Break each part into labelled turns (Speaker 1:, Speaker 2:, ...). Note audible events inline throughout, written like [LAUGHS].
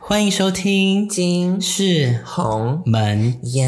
Speaker 1: 欢迎收听
Speaker 2: 金
Speaker 1: 是
Speaker 2: 红
Speaker 1: 门，
Speaker 2: 耶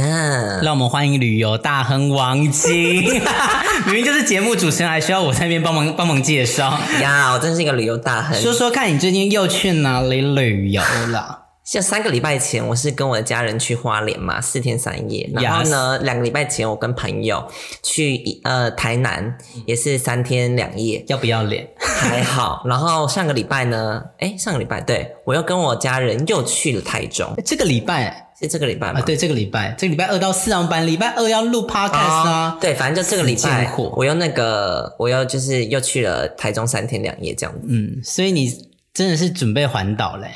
Speaker 1: 让我们欢迎旅游大亨王晶。 [LAUGHS] 明明就是节目主持人，还需要我在那边帮忙帮忙介绍。
Speaker 2: 呀！我真是一个旅游大亨。
Speaker 1: 说说看你最近又去哪里旅游了？，
Speaker 2: 像三个礼拜前，我是跟我的家人去花莲嘛，四天三夜。然后呢两个礼拜前我跟朋友去呃台南，也是三天两夜
Speaker 1: 要不要脸？
Speaker 2: 还 [LAUGHS] 好。然后上个礼拜呢，哎，上个礼拜对我又跟我家人又去了台中，
Speaker 1: 哎这个礼拜
Speaker 2: 是这个礼拜吗？
Speaker 1: 啊，对，这个礼拜，这个礼拜二到四上班，礼拜二要录 podcast 啊。
Speaker 2: 哦对，反正就这个礼
Speaker 1: 死贱
Speaker 2: 拜
Speaker 1: 货，
Speaker 2: 我又那个，我又就是又去了台中三天两夜这样子，
Speaker 1: 嗯，所以你真的是准备环岛嘞？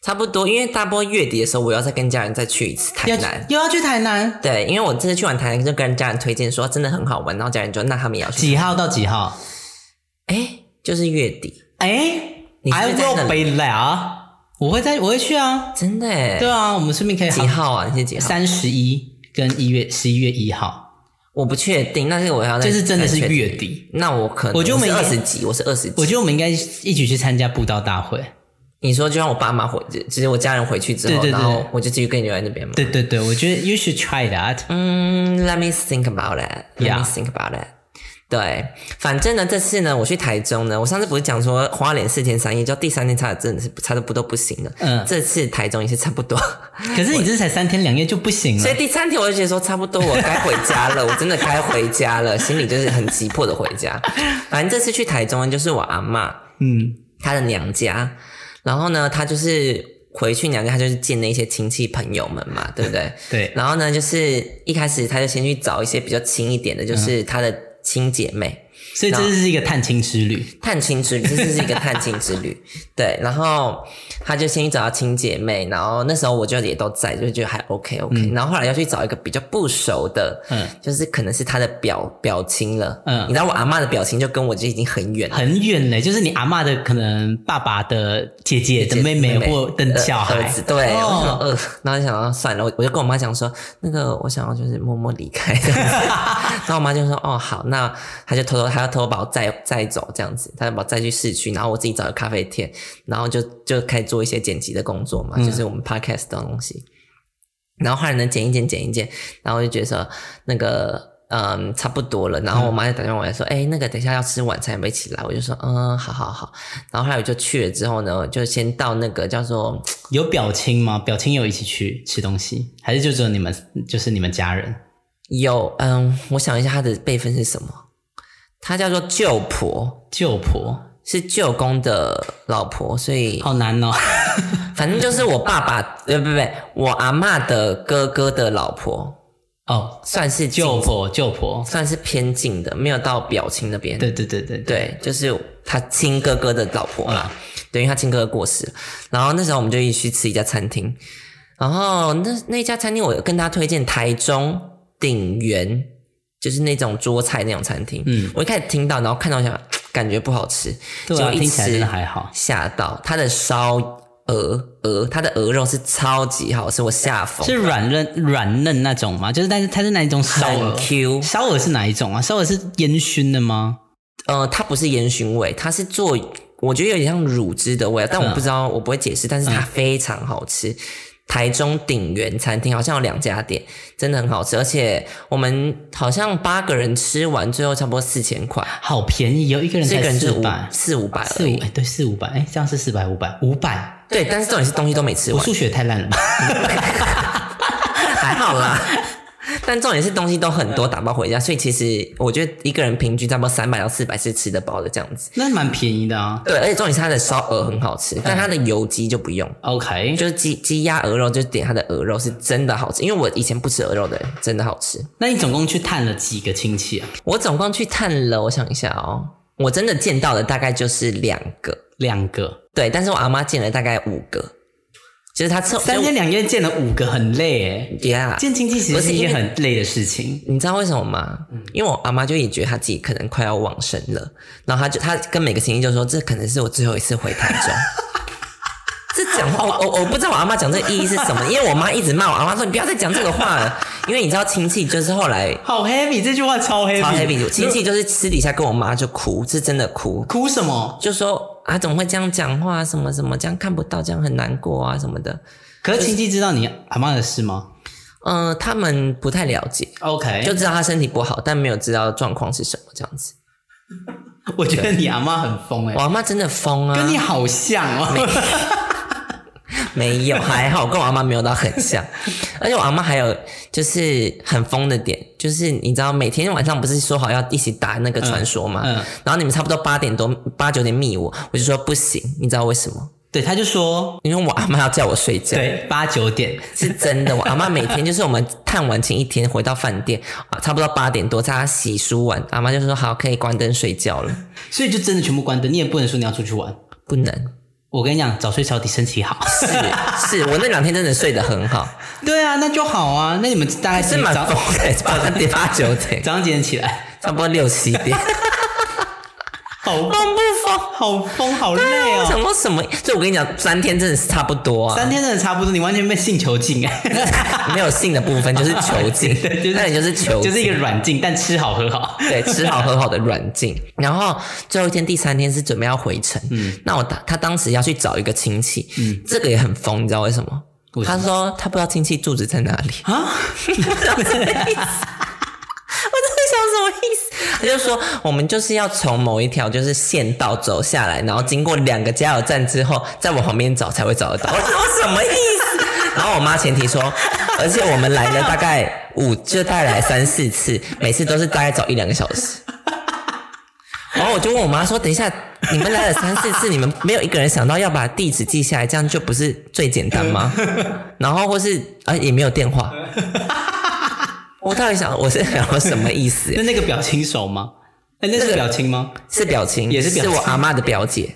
Speaker 2: 差不多。因为大波月底的时候，我要再跟家人再去一次台
Speaker 1: 要
Speaker 2: 南。
Speaker 1: 又要去台南？
Speaker 2: 对，因为我这次去完台南，就跟家人推荐说真的很好玩，然后家人就那他们也要去。
Speaker 1: 几号到几号？
Speaker 2: 哎，就是月底，
Speaker 1: 哎
Speaker 2: 你是
Speaker 1: ，I
Speaker 2: 不是在
Speaker 1: will
Speaker 2: 那
Speaker 1: be there，我啊会在，我会去啊。
Speaker 2: 真的哎
Speaker 1: 对。啊，我们顺便可以
Speaker 2: 几号啊？你是几号？
Speaker 1: 三十一跟一月十一月一号，
Speaker 2: 我不确定，但是我要再
Speaker 1: 这是真的是
Speaker 2: 再确定
Speaker 1: 月底。
Speaker 2: 那我可能
Speaker 1: 我觉得我们
Speaker 2: 是
Speaker 1: 应
Speaker 2: 二
Speaker 1: 该
Speaker 2: 十几，我是二十
Speaker 1: 我
Speaker 2: 几。
Speaker 1: 觉得我们应该一起去参加布道大会。
Speaker 2: 你说就让我爸妈回，只是我家人回去之后，
Speaker 1: 对对对
Speaker 2: 然后我就继续跟你留在那边嘛。
Speaker 1: 对对对，我觉得 you should try that。
Speaker 2: 嗯，Let me think about it. Let
Speaker 1: Yeah.
Speaker 2: me think about it. 对，反正呢，这次呢，我去台中呢，我上次不是讲说花莲四天三夜，就第三天差的真的是差的不都不行了。
Speaker 1: 嗯
Speaker 2: 这次台中也是差不多，
Speaker 1: 可是你这才三天两夜就不行
Speaker 2: 所以
Speaker 1: 了。
Speaker 2: 第三天我就觉得说差不多，我该回家了，我真的该回家了，心里就是很急迫的回家。反正这次去台中呢，就是我阿嬷
Speaker 1: 嗯，
Speaker 2: 她的娘家，然后呢，她就是回去娘家，她就是见那些亲戚朋友们嘛，对不对？
Speaker 1: 对，
Speaker 2: 然后呢，就是一开始他就先去找一些比较亲一点的，就是他的亲姐妹、
Speaker 1: 所以这是一个探亲之旅。
Speaker 2: 探亲之旅，这是一个探亲之旅。对，然后他就先去找他亲姐妹，然后那时候我就也都在，就觉得还 OK OK、然后后来要去找一个比较不熟的，
Speaker 1: 嗯
Speaker 2: 就是可能是他的表表亲了。
Speaker 1: 嗯
Speaker 2: 你知道我阿嬷的表情就跟我就已经很远了。
Speaker 1: 很远嘞，就是你阿嬷的可能爸爸的姐姐的妹妹或的
Speaker 2: 呃
Speaker 1: 小
Speaker 2: 儿
Speaker 1: 孩
Speaker 2: 子，对，我
Speaker 1: 哦，
Speaker 2: 想呃，然后就想到算了，我我就跟我妈讲说，那个我想要就是默默离开这样子， [LAUGHS] 然后我妈就说哦好，那她就偷偷她要偷偷把我载载走这样子，她就把我载去市区，然后我自己找个咖啡店，然后就就开始做一些剪辑的工作嘛，就是我们 podcast 的东西，然后后来呢剪一剪剪一剪，然后我就觉得说那个。嗯，差不多了。然后我妈就打电话来说：“哎、那个等一下要吃晚餐，有没有一起来？”我就说：“嗯，好好好。”然后后来我就去了之后呢，就先到那个叫做
Speaker 1: 有表亲吗？表亲有一起去吃东西，还是就只有你们，就是你们家人？
Speaker 2: 有嗯，我想一下它的辈分是什么，它叫做舅婆，
Speaker 1: 舅婆，
Speaker 2: 是舅公的老婆，所以
Speaker 1: 好难哦。
Speaker 2: 反正就是我爸爸，呃，不不不，我阿嬷的哥哥的老婆，
Speaker 1: 哦，
Speaker 2: 算是近
Speaker 1: 舅，婆，舅婆，
Speaker 2: 算是偏近的，没有到表亲那边。
Speaker 1: 对对对对对，
Speaker 2: 对，就是他亲哥哥的老婆啦，
Speaker 1: 嗯
Speaker 2: 对，因为他亲哥哥过世了，然后那时候我们就一起去吃一家餐厅，然后那那家餐厅我跟他推荐台中鼎源，就是那种桌菜那种餐厅，
Speaker 1: 嗯
Speaker 2: 嗯，我一开始听到，然后看到我想感觉不好吃，
Speaker 1: 对
Speaker 2: 结
Speaker 1: 啊，
Speaker 2: 果一
Speaker 1: 听起来真
Speaker 2: 吃
Speaker 1: 的还好。
Speaker 2: 吓到，他的烧鹅鹅，他的鹅肉是超级好吃，我吓疯，
Speaker 1: 是软嫩软嫩那种吗？就是，但是它是哪一种烧
Speaker 2: 很
Speaker 1: 鹅？
Speaker 2: Q，
Speaker 1: 烧鹅是哪一种啊？烧鹅是烟熏的吗？
Speaker 2: 呃，它不是烟熏味，它是做，我觉得有点像乳汁的味道，但我不知道，我不会解释，但是
Speaker 1: 嗯
Speaker 2: 它非常好吃。台中鼎源餐厅好像有两家店，真的很好吃，而且我们好像八个人吃完，最后差不多四千块，
Speaker 1: 好便宜哦，一个人
Speaker 2: 这
Speaker 1: 才
Speaker 2: 个人
Speaker 1: 四
Speaker 2: 是五
Speaker 1: 百，
Speaker 2: 四五百
Speaker 1: 四
Speaker 2: 而
Speaker 1: 五
Speaker 2: 已
Speaker 1: 哎，。对，四五百哎，这样是四百五百五百。
Speaker 2: 对，但是重点是东西都没吃
Speaker 1: 我
Speaker 2: 完，
Speaker 1: 数学太烂了吧？ [LAUGHS]
Speaker 2: 还好 [LAUGHS] 啦。但重点是东西都很多，打包
Speaker 1: 嗯
Speaker 2: 回家，所以其实我觉得一个人平均差不多三百到四百是吃得饱的这样子。
Speaker 1: 那蛮便宜的啊。
Speaker 2: 对，而且重点是它的烧鹅很好吃，但它
Speaker 1: 嗯
Speaker 2: 的油鸡就不用。
Speaker 1: OK，
Speaker 2: 就是鸡鸡鸭鹅肉，就点它的鹅肉是真的好吃，因为我以前不吃鹅肉的人，真的好吃。
Speaker 1: 那你总共去探了几个亲戚啊？
Speaker 2: 我总共去探了，我想一下哦，我真的见到的大概就是两个，
Speaker 1: 两个，
Speaker 2: 对，但是我阿妈见了大概五个，就是她凑
Speaker 1: 三天两夜见了五个，很累哎。
Speaker 2: 呀。
Speaker 1: 见亲戚其实
Speaker 2: 不是
Speaker 1: 是一件
Speaker 2: 因为
Speaker 1: 很累的事情。
Speaker 2: 你知道为什么吗？
Speaker 1: 嗯
Speaker 2: 因为我阿妈就也觉得她自己可能快要往生了，然后她就她跟每个亲戚就说，这可能是我最后一次回台中。这讲话，我我我不知道我阿妈讲这个意义是什么，因为我妈一直骂我阿妈说你不要再讲这个话了，因为你知道亲戚就是后来
Speaker 1: 好 heavy，这句话超 heavy，
Speaker 2: 超 happy，亲戚就是私底下跟我妈就哭，是真的哭，
Speaker 1: 哭什么？
Speaker 2: 就说啊，怎么会这样讲话？什么什么，这样看不到，这样很难过啊什么的。
Speaker 1: 可是亲戚知道你阿妈的事吗
Speaker 2: 嗯、他们不太了解，
Speaker 1: ？OK，
Speaker 2: 就知道他身体不好，但没有知道状况是什么这样子。
Speaker 1: 我觉得你阿妈很疯哎、
Speaker 2: 我阿妈真的疯啊！
Speaker 1: 跟你好像
Speaker 2: 啊
Speaker 1: 哦。
Speaker 2: 没有，还好，我跟我阿妈没有到很
Speaker 1: [LAUGHS]
Speaker 2: 像。而且我阿妈还有就是很疯的点，就是你知道每天晚上不是说好要一起打那个传说吗？
Speaker 1: 嗯嗯
Speaker 2: 然后你们差不多八点多八九点密我，我就说不行，你知道为什么？
Speaker 1: 对，他就说
Speaker 2: 因为我阿妈要叫我睡觉。
Speaker 1: 对八九点，
Speaker 2: 是真的，我阿妈每天就是我们探完前一天回到饭店啊，差不多八点多，在她洗漱完，阿妈就说好可以关灯睡觉了，
Speaker 1: 所以就真的全部关灯，你也不能说你要出去玩。
Speaker 2: 不能。
Speaker 1: 我跟你讲，早睡早起身体好。 [LAUGHS]
Speaker 2: 是是，我那两天真的睡得很好，
Speaker 1: 对啊，那就好啊。那你们大概
Speaker 2: 是
Speaker 1: 几
Speaker 2: 蛮
Speaker 1: 早
Speaker 2: 疯的，八点八九点，
Speaker 1: 早上几点起来？
Speaker 2: 差不多六七
Speaker 1: [LAUGHS]
Speaker 2: 点。
Speaker 1: 好疯不疯？好疯，好累
Speaker 2: 啊我
Speaker 1: 哦。
Speaker 2: 想说什么？所以我跟你讲，三天真的是差不多啊，
Speaker 1: 三天真的差不多，你完全被性囚禁哎，
Speaker 2: 没有性的部分就是囚禁，
Speaker 1: [LAUGHS] 对就是
Speaker 2: 那你就是囚禁，
Speaker 1: 就是一个软禁，但吃好喝好。
Speaker 2: 对，吃好喝好的软禁。然后最后一天，第三天是准备要回程。嗯，那我他他当时要去找一个亲戚，嗯，这个也很疯，你知道为什么？
Speaker 1: 为什
Speaker 2: 他
Speaker 1: 么
Speaker 2: 说他不知道亲戚住址在哪里 [LAUGHS] 啊，我真的想什么意思？他就说我们就是要从某一条就是县道走下来，然后经过两个加油站之后，再往旁边找才会找得到。我说什么意思？ [LAUGHS] 然后我妈前提说，而且我们来了大概五，就大概来三四次，每次都是大概找一两个小时。然后我就问我妈说：“等一下，你们来了三四次，你们没有一个人想到要把地址记下来，这样就不是最简单吗？
Speaker 1: 嗯
Speaker 2: 然后或是啊也没有
Speaker 1: [LAUGHS]
Speaker 2: 电话，我到底想我是想说什么意思？
Speaker 1: 那那个表情手吗？哎，那是表情吗？
Speaker 2: 是表情，
Speaker 1: 也是表情
Speaker 2: 是我阿妈的表姐，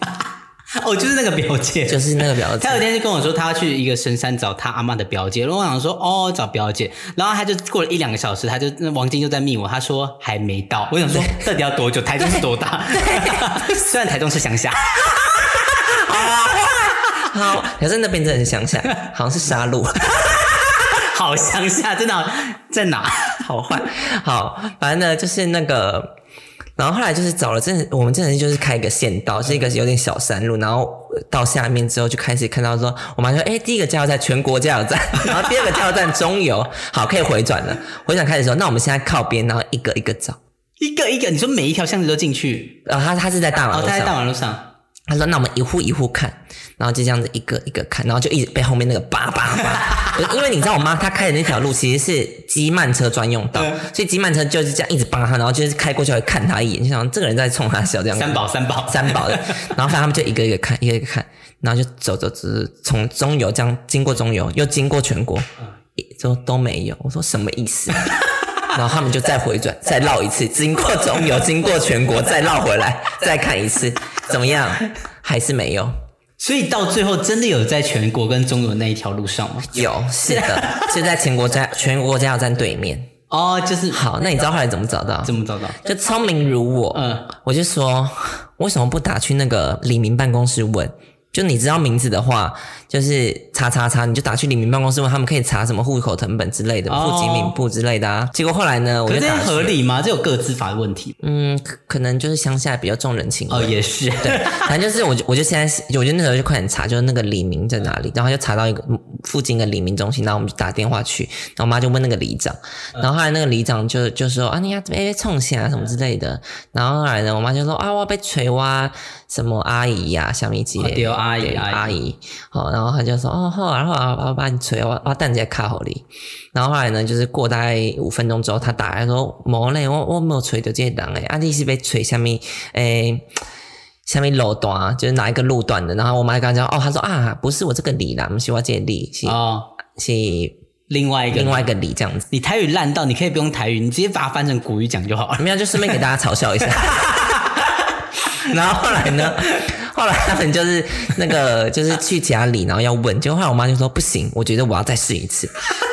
Speaker 1: 哦，就是那个表姐，
Speaker 2: 就是那个表姐
Speaker 1: [LAUGHS] 他。有一天就跟我说，他要去一个深山找他阿妈的表姐。然后我想说，哦，找表姐。然后他就过了一两个小时，他就那王晶就在密我，他说还没到。我想说，到底要多久？台中是多大？虽然台中是乡下，
Speaker 2: 好，可是那边真的是乡下，好像是杀戮。”
Speaker 1: 好乡下，真的好在哪？
Speaker 2: 好坏，好，反正呢就是那个，然后后来就是找了，真的我们真的就是开一个县道，是一个有点小山路，然后到下面之后就开始看到说，我妈说，哎、第一个加油站全国加油站， [LAUGHS] 然后第二个加油站中油，好，可以回转了。回转开始说，那我们现在靠边，然后一个一个找。
Speaker 1: 一个一个，你说每一条巷子都进去，
Speaker 2: 然后他他是在大马
Speaker 1: 哦，
Speaker 2: 路
Speaker 1: 他在
Speaker 2: 上，
Speaker 1: 大马路上，
Speaker 2: 他说那我们一户一户看，然后就这样子一个一个看，然后就一直被后面那个叭叭叭， [LAUGHS] 不是因为你知道我妈她开的那条路其实是机慢车专用道，
Speaker 1: 嗯
Speaker 2: 所以机慢车就是这样一直扒他，然后就是开过去会看他一眼，就想这个人在冲他笑这样子。
Speaker 1: 三宝三宝，
Speaker 2: 三宝的， [LAUGHS] 然后反正他们就一个一个看，一个一个看，然后就走走走，走从中游这样经过中游，又经过全国，
Speaker 1: 嗯
Speaker 2: 就都没有。我说什么意思？ [LAUGHS] 然后他们就再回转，再绕一次，经过中
Speaker 1: [LAUGHS]
Speaker 2: 游，经过全国，再绕回来，再看一次，怎么样？还是没有？
Speaker 1: 所以到最后真的有在全国跟中游那一条路上吗？
Speaker 2: 有，是的，是在全国加全国加油站对面。
Speaker 1: 哦，就是
Speaker 2: 好，那你知道后来怎么找到
Speaker 1: 怎？么找到？
Speaker 2: 就聪明如我，
Speaker 1: 嗯
Speaker 2: 我就说为什么不打去那个李明办公室问？就你知道名字的话，就是查查查，你就打去李明办公室问，他们可以查什么户口成本之类的，
Speaker 1: 哦
Speaker 2: 户籍名簿之类的啊。结果后来呢，我
Speaker 1: 可
Speaker 2: 就是
Speaker 1: 这
Speaker 2: 打
Speaker 1: 样
Speaker 2: 去
Speaker 1: 合，理吗？这有各自法的问题。
Speaker 2: 嗯，可可能就是乡下比较重人情味啊
Speaker 1: 哦，也是，
Speaker 2: 对， [LAUGHS] 反正就是我就我就现在，我就那时候就快点查，就是那个李明在哪里，然后就查到一个嗯附近的李明中心，然后我们就打电话去，然后我妈就问那个里长，
Speaker 1: 嗯
Speaker 2: 然后后来那个里长就就说啊，你要被被冲下什么之类
Speaker 1: 嗯
Speaker 2: 的，然后后来呢，我妈就说啊，我要被锤哇，什么阿姨呀、小米姐，
Speaker 1: 哦对哦阿姨
Speaker 2: 对
Speaker 1: 阿姨
Speaker 2: 阿姨，好，然后她就说哦好，然后啊，我把你锤，我我等一下卡好你，然后后来呢，就是过大概五分钟之后，他打来说无嘞，我我没有锤到这个人诶，啊你是被锤什么诶？下面路段啊，就是哪一个路段的，然后我妈跟他讲，哦，他说啊，不是我这个里啦，不是我这个里，是、
Speaker 1: 哦，
Speaker 2: 是
Speaker 1: 另外一个
Speaker 2: 另外一个里这样子。
Speaker 1: 你台语烂到你可以不用台语，你直接把它翻成国语讲就好了。
Speaker 2: 没有，就顺便给大家嘲笑
Speaker 1: [LAUGHS]
Speaker 2: 一下。然后后来呢，后来他们就是那个就是去家里，然后要问，结果后来我妈就说不行，我觉得我要再试一次。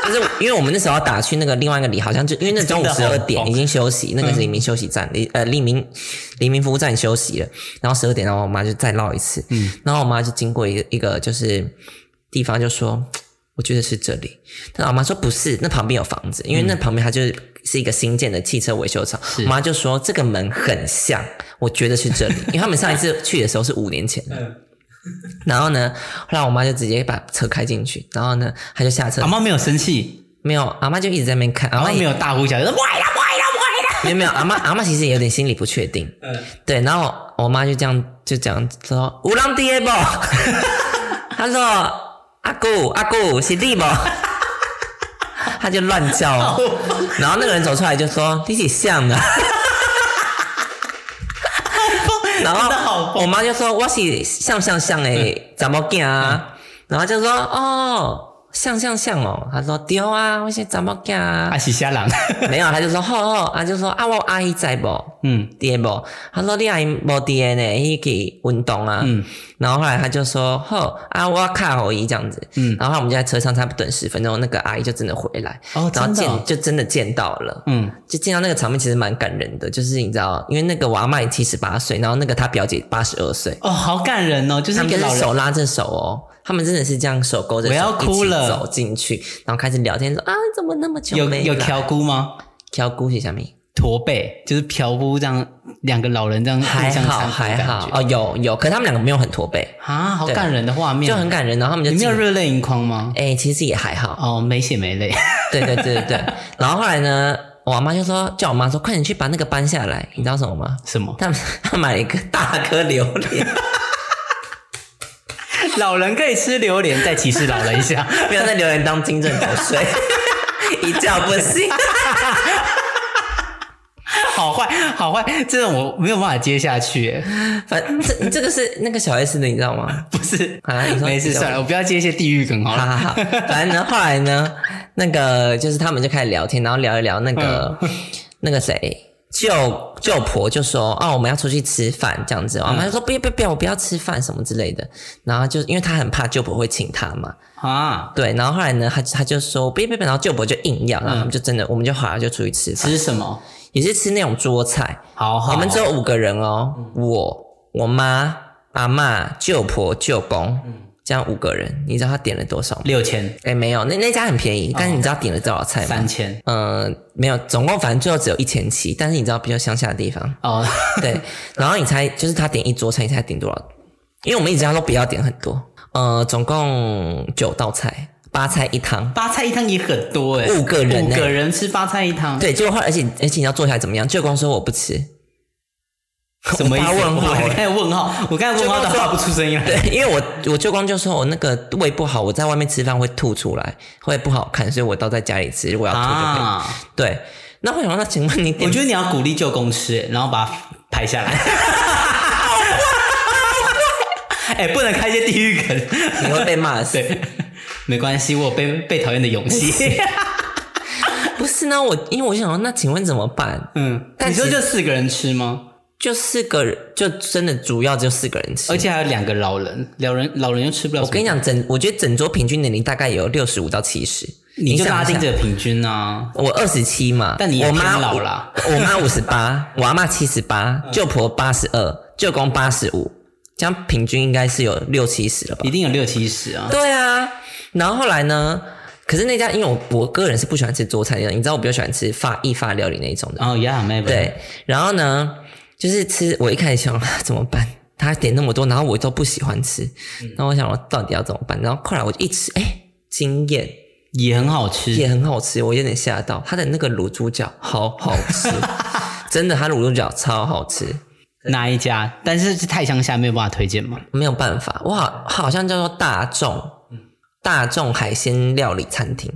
Speaker 2: 就是因为我们那时候要打去那个另外一个里，好像就因为那中午
Speaker 1: 真的
Speaker 2: 十
Speaker 1: 好
Speaker 2: 二
Speaker 1: 疯
Speaker 2: 点已经休息，那个是黎明休息站，黎呃黎明黎明服务站休息了，然后十二点，然后我妈就再绕一次，嗯，然后我妈就经过一个一个就是地嗯方就说，我觉得是这里，但我妈说不是，那旁边有房子，因为那旁边它就是是一个新建的汽车维修厂，
Speaker 1: 是
Speaker 2: 我妈就说这个门很像，我觉得是 [LAUGHS] 这里，因为他们上一次去的时候是五年前的。然后呢，后来我妈就直接把车开进去，然后呢，她就下车
Speaker 1: 阿，妈没有生气，
Speaker 2: 没有，阿妈就一直在那边看，阿
Speaker 1: 阿
Speaker 2: 妈
Speaker 1: 妈没
Speaker 2: 也
Speaker 1: 有大呼小叫，说歪了歪
Speaker 2: 没有没有，阿妈阿妈其实也有点心里不确定，
Speaker 1: 了歪了。
Speaker 2: 对，然后我妈就这样就讲说：“有人爹不？” [LAUGHS] 她说：“阿姑阿姑是你不？” [LAUGHS] 她就乱叫哦，然后那个人走出来就说：“你是啊像的。”然
Speaker 1: 真的哦好
Speaker 2: 后我妈就说：“我是像像像诶，怎么干啊？”然后就说：“哦，像像像哦。”她说：“丢啊，我是怎么干啊？”
Speaker 1: [LAUGHS] 阿喜瞎狼，
Speaker 2: 没有，她就说：“好好。”她就说：“啊，我有阿姨在不？”
Speaker 1: 嗯，
Speaker 2: 跌无，他说你阿无跌呢，伊去运动啊。
Speaker 1: 嗯
Speaker 2: 然后后来他就说好啊，我卡好伊这样子。
Speaker 1: 嗯
Speaker 2: 然后我们就在车上差不多等十分钟，那个阿姨就真的回来，
Speaker 1: 哦
Speaker 2: 然后
Speaker 1: 真的
Speaker 2: 见、
Speaker 1: 哦
Speaker 2: 就真的见到了。
Speaker 1: 嗯，
Speaker 2: 就见到那个场面，其实蛮感人的。就是你知道，因为那个我阿妈七十八岁，然后那个她表姐八十二岁，
Speaker 1: 哦，好感人哦，就是
Speaker 2: 他
Speaker 1: 一
Speaker 2: 们
Speaker 1: 个
Speaker 2: 就
Speaker 1: 老
Speaker 2: 是
Speaker 1: 人，
Speaker 2: 手拉着手哦，他们真的是这样手勾着手
Speaker 1: 我要哭了
Speaker 2: 一起走进去，然后开始聊天说啊，怎么那么久
Speaker 1: 有
Speaker 2: 没
Speaker 1: 有
Speaker 2: 来
Speaker 1: 挑姑吗？
Speaker 2: 挑姑是什么？
Speaker 1: 驼背，就是飘忽这样，两个老人这样
Speaker 2: 还
Speaker 1: 互相
Speaker 2: 好
Speaker 1: 搀扶的
Speaker 2: 还
Speaker 1: 感
Speaker 2: 好
Speaker 1: 觉
Speaker 2: 哦，有有，可是他们两个没有很驼背，
Speaker 1: 啊，好
Speaker 2: 对
Speaker 1: 感人的画面，
Speaker 2: 就很感人。然后他们就
Speaker 1: 你没有
Speaker 2: 进
Speaker 1: 热泪盈眶吗？
Speaker 2: 哎、其实也还好。
Speaker 1: 哦，没血没泪， [LAUGHS]
Speaker 2: 对对对对对。然后后来呢，我阿妈就说叫我妈说快点去把那个搬下来，你知道什么吗？
Speaker 1: 什么？ [LAUGHS]
Speaker 2: 他们他买了一个大颗榴莲，
Speaker 1: 老人可以吃榴莲，再歧视老人一下。
Speaker 2: 不要在榴莲当金枕头睡， [LAUGHS] 一觉不醒。
Speaker 1: 好坏，好坏，这种我没有办法接下去。哎
Speaker 2: 反正这这个是那个小 S 的，你知道吗？
Speaker 1: [LAUGHS] 不是，
Speaker 2: 啊你说
Speaker 1: 没事，
Speaker 2: 你说
Speaker 1: 算了，我不要接一些地狱梗好
Speaker 2: 好
Speaker 1: 了。
Speaker 2: 好好，反正呢，后来呢，那个就是他们就开始聊天，然后聊一聊那个、
Speaker 1: 嗯
Speaker 2: 那个谁舅舅婆就说哦，我们要出去吃饭这样子，我
Speaker 1: 嗯
Speaker 2: 妈就说不要不要不要，我不要吃饭什么之类的，然后就因为她很怕舅婆会请她嘛，
Speaker 1: 啊，
Speaker 2: 对，然后后来呢，她她就说不要不要，不要然后舅婆就硬要，然后他们就真的、我们就好了就出去吃
Speaker 1: 嗯
Speaker 2: 饭，
Speaker 1: 吃什么？
Speaker 2: 也是吃那种桌菜，
Speaker 1: 好好，
Speaker 2: 我们只有五个人哦，
Speaker 1: 嗯
Speaker 2: 我我妈阿嬷、舅婆舅公，
Speaker 1: 嗯
Speaker 2: 这样五个人，你知道她点了多少吗？
Speaker 1: 六千、
Speaker 2: 哎、没有，那那家很便宜，但是你知道点了多少菜吗
Speaker 1: 哦三？千
Speaker 2: 嗯、没有，总共反正最后只有一千七，但是你知道比较乡下的地方，
Speaker 1: 哦， [LAUGHS]
Speaker 2: 对，然后你猜就是他点一桌菜，你猜他点多少？因为我们一直要说不要点很多，呃，总共九道菜，八菜一汤，
Speaker 1: 八菜一汤也很多哎，
Speaker 2: 五个人
Speaker 1: 五
Speaker 2: 欸
Speaker 1: 个人吃八菜一汤，
Speaker 2: 对，结果后来而且而且你要坐下来怎么样？舅公说我不吃，
Speaker 1: 什么意思？
Speaker 2: 我发问号
Speaker 1: 我
Speaker 2: 欸
Speaker 1: 刚才问号，我刚才问号都
Speaker 2: 就跟我说
Speaker 1: 发不出声音来。
Speaker 2: 对，因为我我舅公就说我那个胃不好，我在外面吃饭会吐出来，会不好看，所以我都在家里吃，如果要吐就可以。
Speaker 1: 啊，
Speaker 2: 对，那我想说那请问你点
Speaker 1: 我觉得你要鼓励舅公吃，欸然后把它拍下来。 [LAUGHS] 哎、不能开一些地狱梗。 [LAUGHS]
Speaker 2: 你会被骂死。
Speaker 1: 对，没关系，我有被被讨厌的勇
Speaker 2: [LAUGHS]
Speaker 1: 气。
Speaker 2: 不是呢，我因为我想说，那请问怎么办？
Speaker 1: 嗯，
Speaker 2: 但
Speaker 1: 你说
Speaker 2: 其实
Speaker 1: 就四个人吃吗？
Speaker 2: 就四个人，就真的主要只有四个人吃。
Speaker 1: 而且还有两个老人，老人老人又吃不了。
Speaker 2: 我跟你，讲，整我觉得整桌平均年龄大概有六十五到七十，
Speaker 1: 你就
Speaker 2: 想
Speaker 1: 拉
Speaker 2: 一
Speaker 1: 丁
Speaker 2: 下。
Speaker 1: 者平均啊。
Speaker 2: 我二十七嘛，
Speaker 1: 但你也
Speaker 2: 我妈
Speaker 1: 偏老啦嗯
Speaker 2: 我我妈五
Speaker 1: [LAUGHS]
Speaker 2: 十八，我阿妈七十八，舅婆八十二，舅公八十五，这样平均应该是有六七十了吧？
Speaker 1: 一定有六七十啊！
Speaker 2: 对啊，然后后来呢？可是那家，因为我我个人是不喜欢吃桌菜的，你知道我比较喜欢吃法意法料理那一种的。
Speaker 1: 哦，Yeah, maybe。
Speaker 2: 对，然后呢，就是吃，我一开始想啊怎么办？他点那么多，然后我都不喜欢吃，那我想我到底要怎么办？然后后来我一吃，哎、惊艳，
Speaker 1: 也很好吃。
Speaker 2: 也很好吃，我有点吓到。他的那个卤猪脚好好吃，真的，他卤猪脚超好吃，
Speaker 1: 哪一家？但是是太乡下没有办法推荐嘛。
Speaker 2: 没有办法，我好好像叫做大众大众海鲜料理餐厅，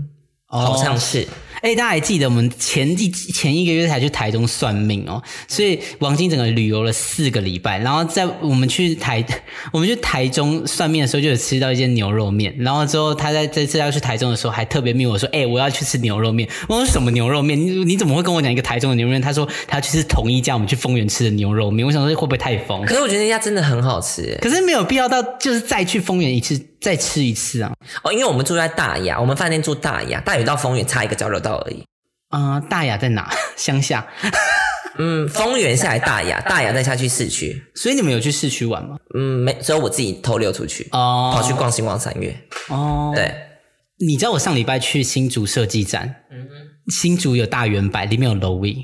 Speaker 1: 哦
Speaker 2: 好像是。
Speaker 1: 哎、大家还记得我们前几前一个月才去台中算命哦，所以王晶整个旅游了四个礼拜，然后在我们去台我们去台中算命的时候就有吃到一间牛肉面，然后之后他在这次要去台中的时候还特别命我说，哎、我要去吃牛肉面，我说什么牛肉面？你你怎么会跟我讲一个台中的牛肉面？他说他要去吃同一家我们去丰原吃的牛肉面，我想说会不会太疯？
Speaker 2: 可是我觉得那家真的很好吃哎
Speaker 1: 可是没有必要到就是再去丰原一次再吃一次啊。
Speaker 2: 哦，因为我们住在大雅，我们饭店住大雅，大雅到丰原差一个交流道而已。
Speaker 1: 啊、大雅在哪？ [LAUGHS] 乡下，
Speaker 2: 嗯，丰原下来大雅，大雅再下去市区。
Speaker 1: 所以你们有去市区玩吗？
Speaker 2: 嗯，没，只有我自己偷溜出去，
Speaker 1: 哦
Speaker 2: 跑去逛新逛三月。
Speaker 1: 哦，
Speaker 2: 对，
Speaker 1: 你知道我上礼拜去新竹设计展，新竹有大圆柏，里面有楼尾。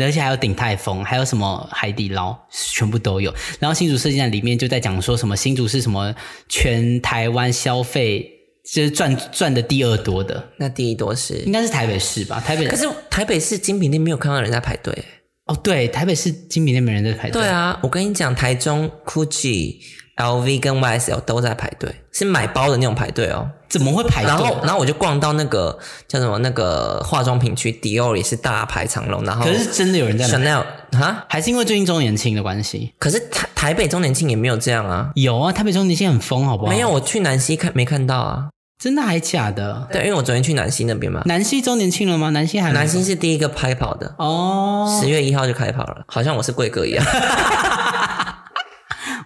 Speaker 1: 而且还有鼎泰丰，还有什么海底捞，全部都有。然后新竹设计展里面就在讲说什么新竹是什么全台湾消费就是赚赚的第二多的，
Speaker 2: 那第一多是
Speaker 1: 应，该是台北市吧？台北
Speaker 2: 可是台北市精品店没有看到人在排队。
Speaker 1: 哦，对，台北市精品店没人在排队。
Speaker 2: 对啊，我跟你讲，台中 GUCCI、LV 跟 YSL 都在排队，是买包的那种排队哦。
Speaker 1: 怎么会排队？
Speaker 2: 然后，然后我就逛到那个叫什么那个化妆品区，Dior 也是大排长龙，然后
Speaker 1: 可是真的有人在买，
Speaker 2: Chanel 哈，
Speaker 1: 还是因为最近周年庆的关系？
Speaker 2: 可是台台北周年庆也没有这样啊，
Speaker 1: 有啊，台北周年庆很疯，好不好？
Speaker 2: 没有，，我去南溪看没看到啊？
Speaker 1: 真的还假的？
Speaker 2: 对，因为我昨天去南溪那边嘛，
Speaker 1: 南溪周年庆了吗？南溪还没
Speaker 2: 南溪是第一个开跑的，
Speaker 1: 哦，
Speaker 2: 十月一号就开跑了，好像我是贵哥一样，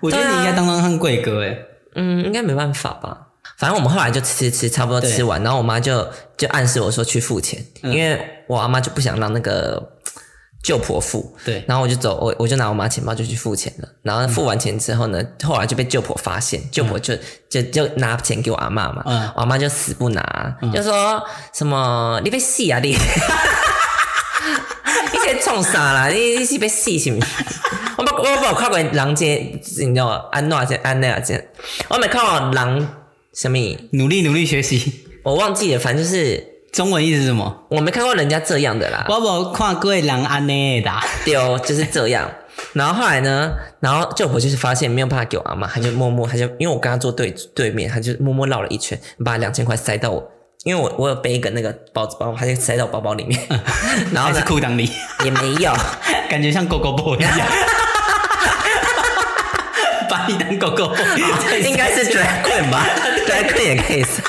Speaker 1: 我觉得
Speaker 2: 对
Speaker 1: 你
Speaker 2: 啊
Speaker 1: 应该当当看贵哥哎。
Speaker 2: 嗯，应该没办法吧。反正我们后来就吃吃，差不多吃完，然后我妈就就暗示我说去付钱，因为我阿妈就不想让那个舅婆付，
Speaker 1: 对，
Speaker 2: 然后我就走，我我就拿我妈钱包就去付钱了。然后付完钱之后呢，后来就被舅婆发现，舅婆就、就就拿钱给我阿妈嘛，
Speaker 1: 嗯
Speaker 2: 我阿妈就死不拿，就说什么你被戏啊你， [LAUGHS] 你在冲啥啦？你你是被戏是不是？我不我不有看过人这，你知道吗？安娜这安娜这，我没看过人什么，
Speaker 1: 努力努力学习，
Speaker 2: 我忘记了，反正就是
Speaker 1: 中文意思是什么？
Speaker 2: 我没看过人家这样的啦。
Speaker 1: 我无看过人安尼的，
Speaker 2: 丢，就是这样。然后后来呢，然后舅婆就是发现没有办法给我阿妈，她就默默，她就因为我跟她坐对对面，她就默默绕了一圈，把两千块塞到我，因为我我有背一个那个包子包，她就塞到我包包
Speaker 1: [LAUGHS]
Speaker 2: 里面，然后
Speaker 1: 还是
Speaker 2: 呢
Speaker 1: 裤裆里， [LAUGHS]
Speaker 2: 也没有，
Speaker 1: 感觉像狗狗 boy 一样， [LAUGHS] 把你当狗狗 boy，
Speaker 2: [LAUGHS] 应该是 drag queen 吧，drag queen 也可以 [LAUGHS] 塞。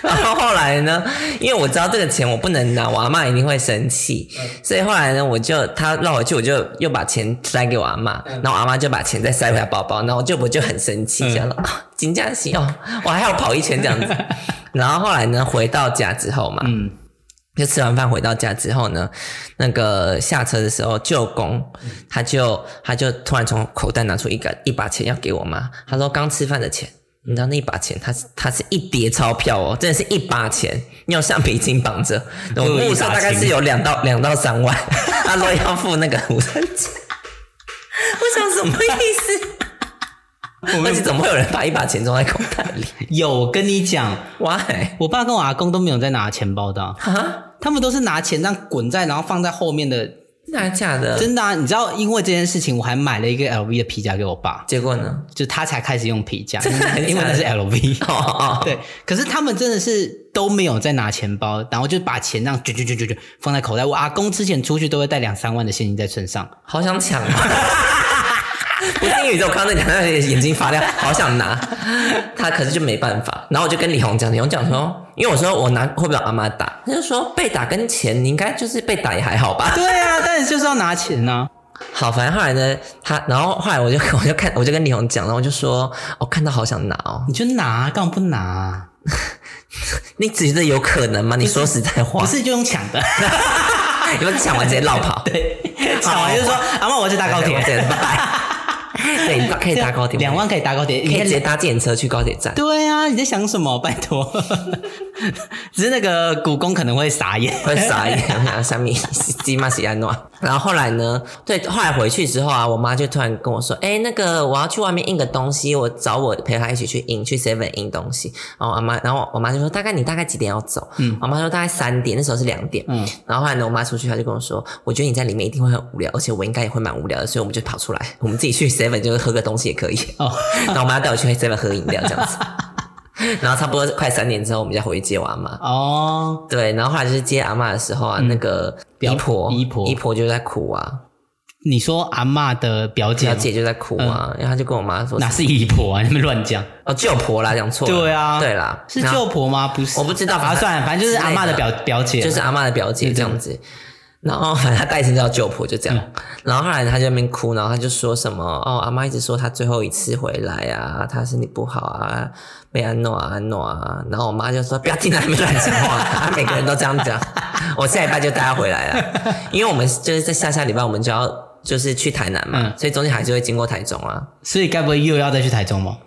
Speaker 2: 然后后来呢，因为我知道这个钱我不能拿，我阿妈一定会生气，所以后来呢，我就她让我去，我就又把钱塞给我阿妈，然后我阿妈就把钱再塞回她包包，然后我舅婆就很生气，想说啊，金佳琪哦，我还要跑一圈这 [LAUGHS] 样子。然后后来呢，回到家之后嘛，
Speaker 1: 嗯
Speaker 2: 就吃完饭回到家之后呢，那个下车的时候，舅公他就他就突然从口袋拿出一个一把钱要给我妈，他说刚吃饭的钱，你知道那一把钱，它是它是一叠钞票哦，真的是一把钱，你用橡皮筋绑着，
Speaker 1: [LAUGHS]
Speaker 2: 我
Speaker 1: 又一把
Speaker 2: 路上大概是有两到两到三万，他说要付那个午餐钱，我想什么意思？
Speaker 1: 我
Speaker 2: 而
Speaker 1: 们
Speaker 2: 且怎么会有人把一把钱装在口袋里
Speaker 1: 有我跟你讲，
Speaker 2: ？Why？
Speaker 1: 我爸跟我阿公都没有在拿钱包的啊、
Speaker 2: 啊，
Speaker 1: 他们都是拿钱这样滚在，然后放在后面的。
Speaker 2: 真的假的？
Speaker 1: 真的啊，你知道，因为这件事情，我还买了一个 LV 的皮夹给我爸，
Speaker 2: 结果
Speaker 1: [LAUGHS]
Speaker 2: 呢？
Speaker 1: 就他才开始用皮夹，
Speaker 2: [LAUGHS] 真的还是
Speaker 1: 因为那是 LV。
Speaker 2: 哦哦，
Speaker 1: 对，可是他们真的是都没有在拿钱包，然后就把钱这样卷卷卷卷卷放在口袋。我阿公之前出去都会带两三万的现金在身上，
Speaker 2: 好想抢啊！ [LAUGHS] 不是英语，我看到那两个眼睛发亮，好想拿。他可是就没办法，然后我就跟李红讲，李红讲说，因为我说我拿会不会被阿妈打，他就说被打跟钱，你应该就是被打也还好吧。
Speaker 1: 对啊，但是就是要拿钱啊。
Speaker 2: 好，反正后来呢，他然后后来我就 [LAUGHS] 我就看我就跟李红讲，然后我就说，我、看到好想拿哦，
Speaker 1: 你就拿，干嘛不拿啊、
Speaker 2: 你只觉得有可能吗？你说实在话
Speaker 1: 不，是就用抢 [LAUGHS] 的，
Speaker 2: 你们抢完直接绕跑，
Speaker 1: [LAUGHS] 对，抢完就说阿妈，我要去搭高铁，
Speaker 2: 直接拜。
Speaker 1: [LAUGHS]
Speaker 2: 对，你可以搭高铁，
Speaker 1: 两万可以搭高铁，
Speaker 2: 可
Speaker 1: 你
Speaker 2: 以
Speaker 1: 看
Speaker 2: 直接搭电车去高铁站。
Speaker 1: 对啊，你在想什么？拜托， [LAUGHS] 只是那个股东可能会傻眼。
Speaker 2: 会傻眼，下面 [LAUGHS] 鸡嘛是安暖。然后后来呢，对，后来回去之后啊，我妈就突然跟我说：“哎、那个我要去外面印个东西，我找我陪她一起去印，去 Seven 印东西。”然后我妈，然后我妈就说：“大概你大概几点要走？”我妈说大概三点，那时候是两点。
Speaker 1: 嗯
Speaker 2: 然后后来呢，我妈出去，她就跟我说：“我觉得你在里面一定会很无聊，而且我应该也会蛮无聊的，所以我们就跑出来，我们自己去 Seven 就是喝个东西也可以。” [LAUGHS]
Speaker 1: 哦，
Speaker 2: 然后我妈要带我去 Seven 喝饮料这样子。 [LAUGHS] 然后差不多快三点之后，我们再回去接我阿妈。
Speaker 1: 哦，
Speaker 2: 对，然后后来就是接阿嬷的时候啊，那个
Speaker 1: 嗯表
Speaker 2: 姨婆
Speaker 1: 姨婆
Speaker 2: 姨婆就在哭啊，
Speaker 1: 你说阿嬷的表姐
Speaker 2: 表
Speaker 1: 吗
Speaker 2: 姐就在哭啊，
Speaker 1: 嗯
Speaker 2: 然后她就跟我妈说
Speaker 1: 哪是姨婆啊？你们乱讲，
Speaker 2: 哦舅婆啦，讲错了，
Speaker 1: 对啊
Speaker 2: 对啦，
Speaker 1: 是
Speaker 2: 然后
Speaker 1: 舅婆吗？不是，
Speaker 2: 我不知道
Speaker 1: 啊，算了，反正就是阿嬷的表表姐，
Speaker 2: 就是阿嬷的表
Speaker 1: 嗯
Speaker 2: 姐这样子。然后反正她代称叫舅婆，就这样。
Speaker 1: 嗯
Speaker 2: 然后后来她就在那边哭，然后她就说什么哦，阿妈一直说她最后一次回来啊，她身体不好啊，被安诺啊安诺啊。然后我妈就说不要进来，没乱讲话， [LAUGHS] 她每个人都这样讲。 [LAUGHS] 我下礼拜就带她回来了， [LAUGHS] 因为我们就是在下下礼拜我们就要就是去台南嘛，
Speaker 1: 嗯
Speaker 2: 所以中间还是会经过台中啊。
Speaker 1: 所以该不会又要再去台中吗？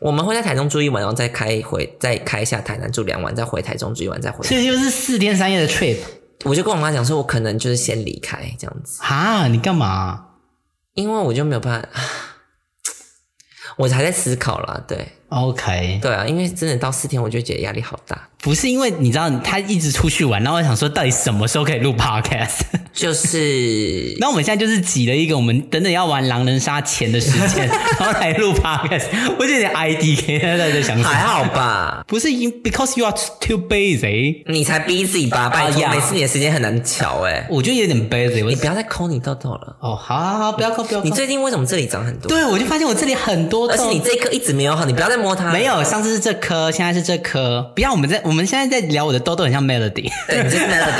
Speaker 2: 我们会在台中住一晚，然后再开回，再开下台南住两晚，再回台中住一晚，再回。
Speaker 1: 所以就是四天三夜的 trip
Speaker 2: 我就跟我妈讲说，我可能就是先离开这样子，
Speaker 1: 哈，你干嘛？
Speaker 2: 因为我就没有办法， [SIGHS] 我还在思考啦。对
Speaker 1: OK，
Speaker 2: 对啊，因为真的到四天，我就觉得压力好大。
Speaker 1: 不是因为你知道他一直出去玩，然后我想说到底什么时候可以录
Speaker 2: [LAUGHS]
Speaker 1: podcast？
Speaker 2: 就是
Speaker 1: 那我们现在就是挤了一个我们等等要玩狼人杀前的时
Speaker 2: [LAUGHS]
Speaker 1: 间，然后来录 podcast。我觉得 IDK 在在想什
Speaker 2: 还
Speaker 1: 么？
Speaker 2: 好吧，
Speaker 1: 不是因 because you are too busy，
Speaker 2: 你才 busy 吧，拜
Speaker 1: [LAUGHS] 哎
Speaker 2: 托，
Speaker 1: 呀
Speaker 2: 每次你的时间很难瞧哎、
Speaker 1: 我觉得有点 busy 我
Speaker 2: 你。不要再抠你痘痘了。
Speaker 1: 哦，好好好，不要扣，不要扣
Speaker 2: 你。最近为什么这里长很多？
Speaker 1: 对，我就发现我这里很多
Speaker 2: 而且
Speaker 1: 痘
Speaker 2: 你这一颗一直没有好，你不要再摸它。
Speaker 1: 没，有，上次是这颗，现在是这颗。不要，我们在我们现在在聊我的痘痘，很像 Melody，
Speaker 2: [LAUGHS] 对，你
Speaker 1: [LAUGHS]
Speaker 2: 就是那个。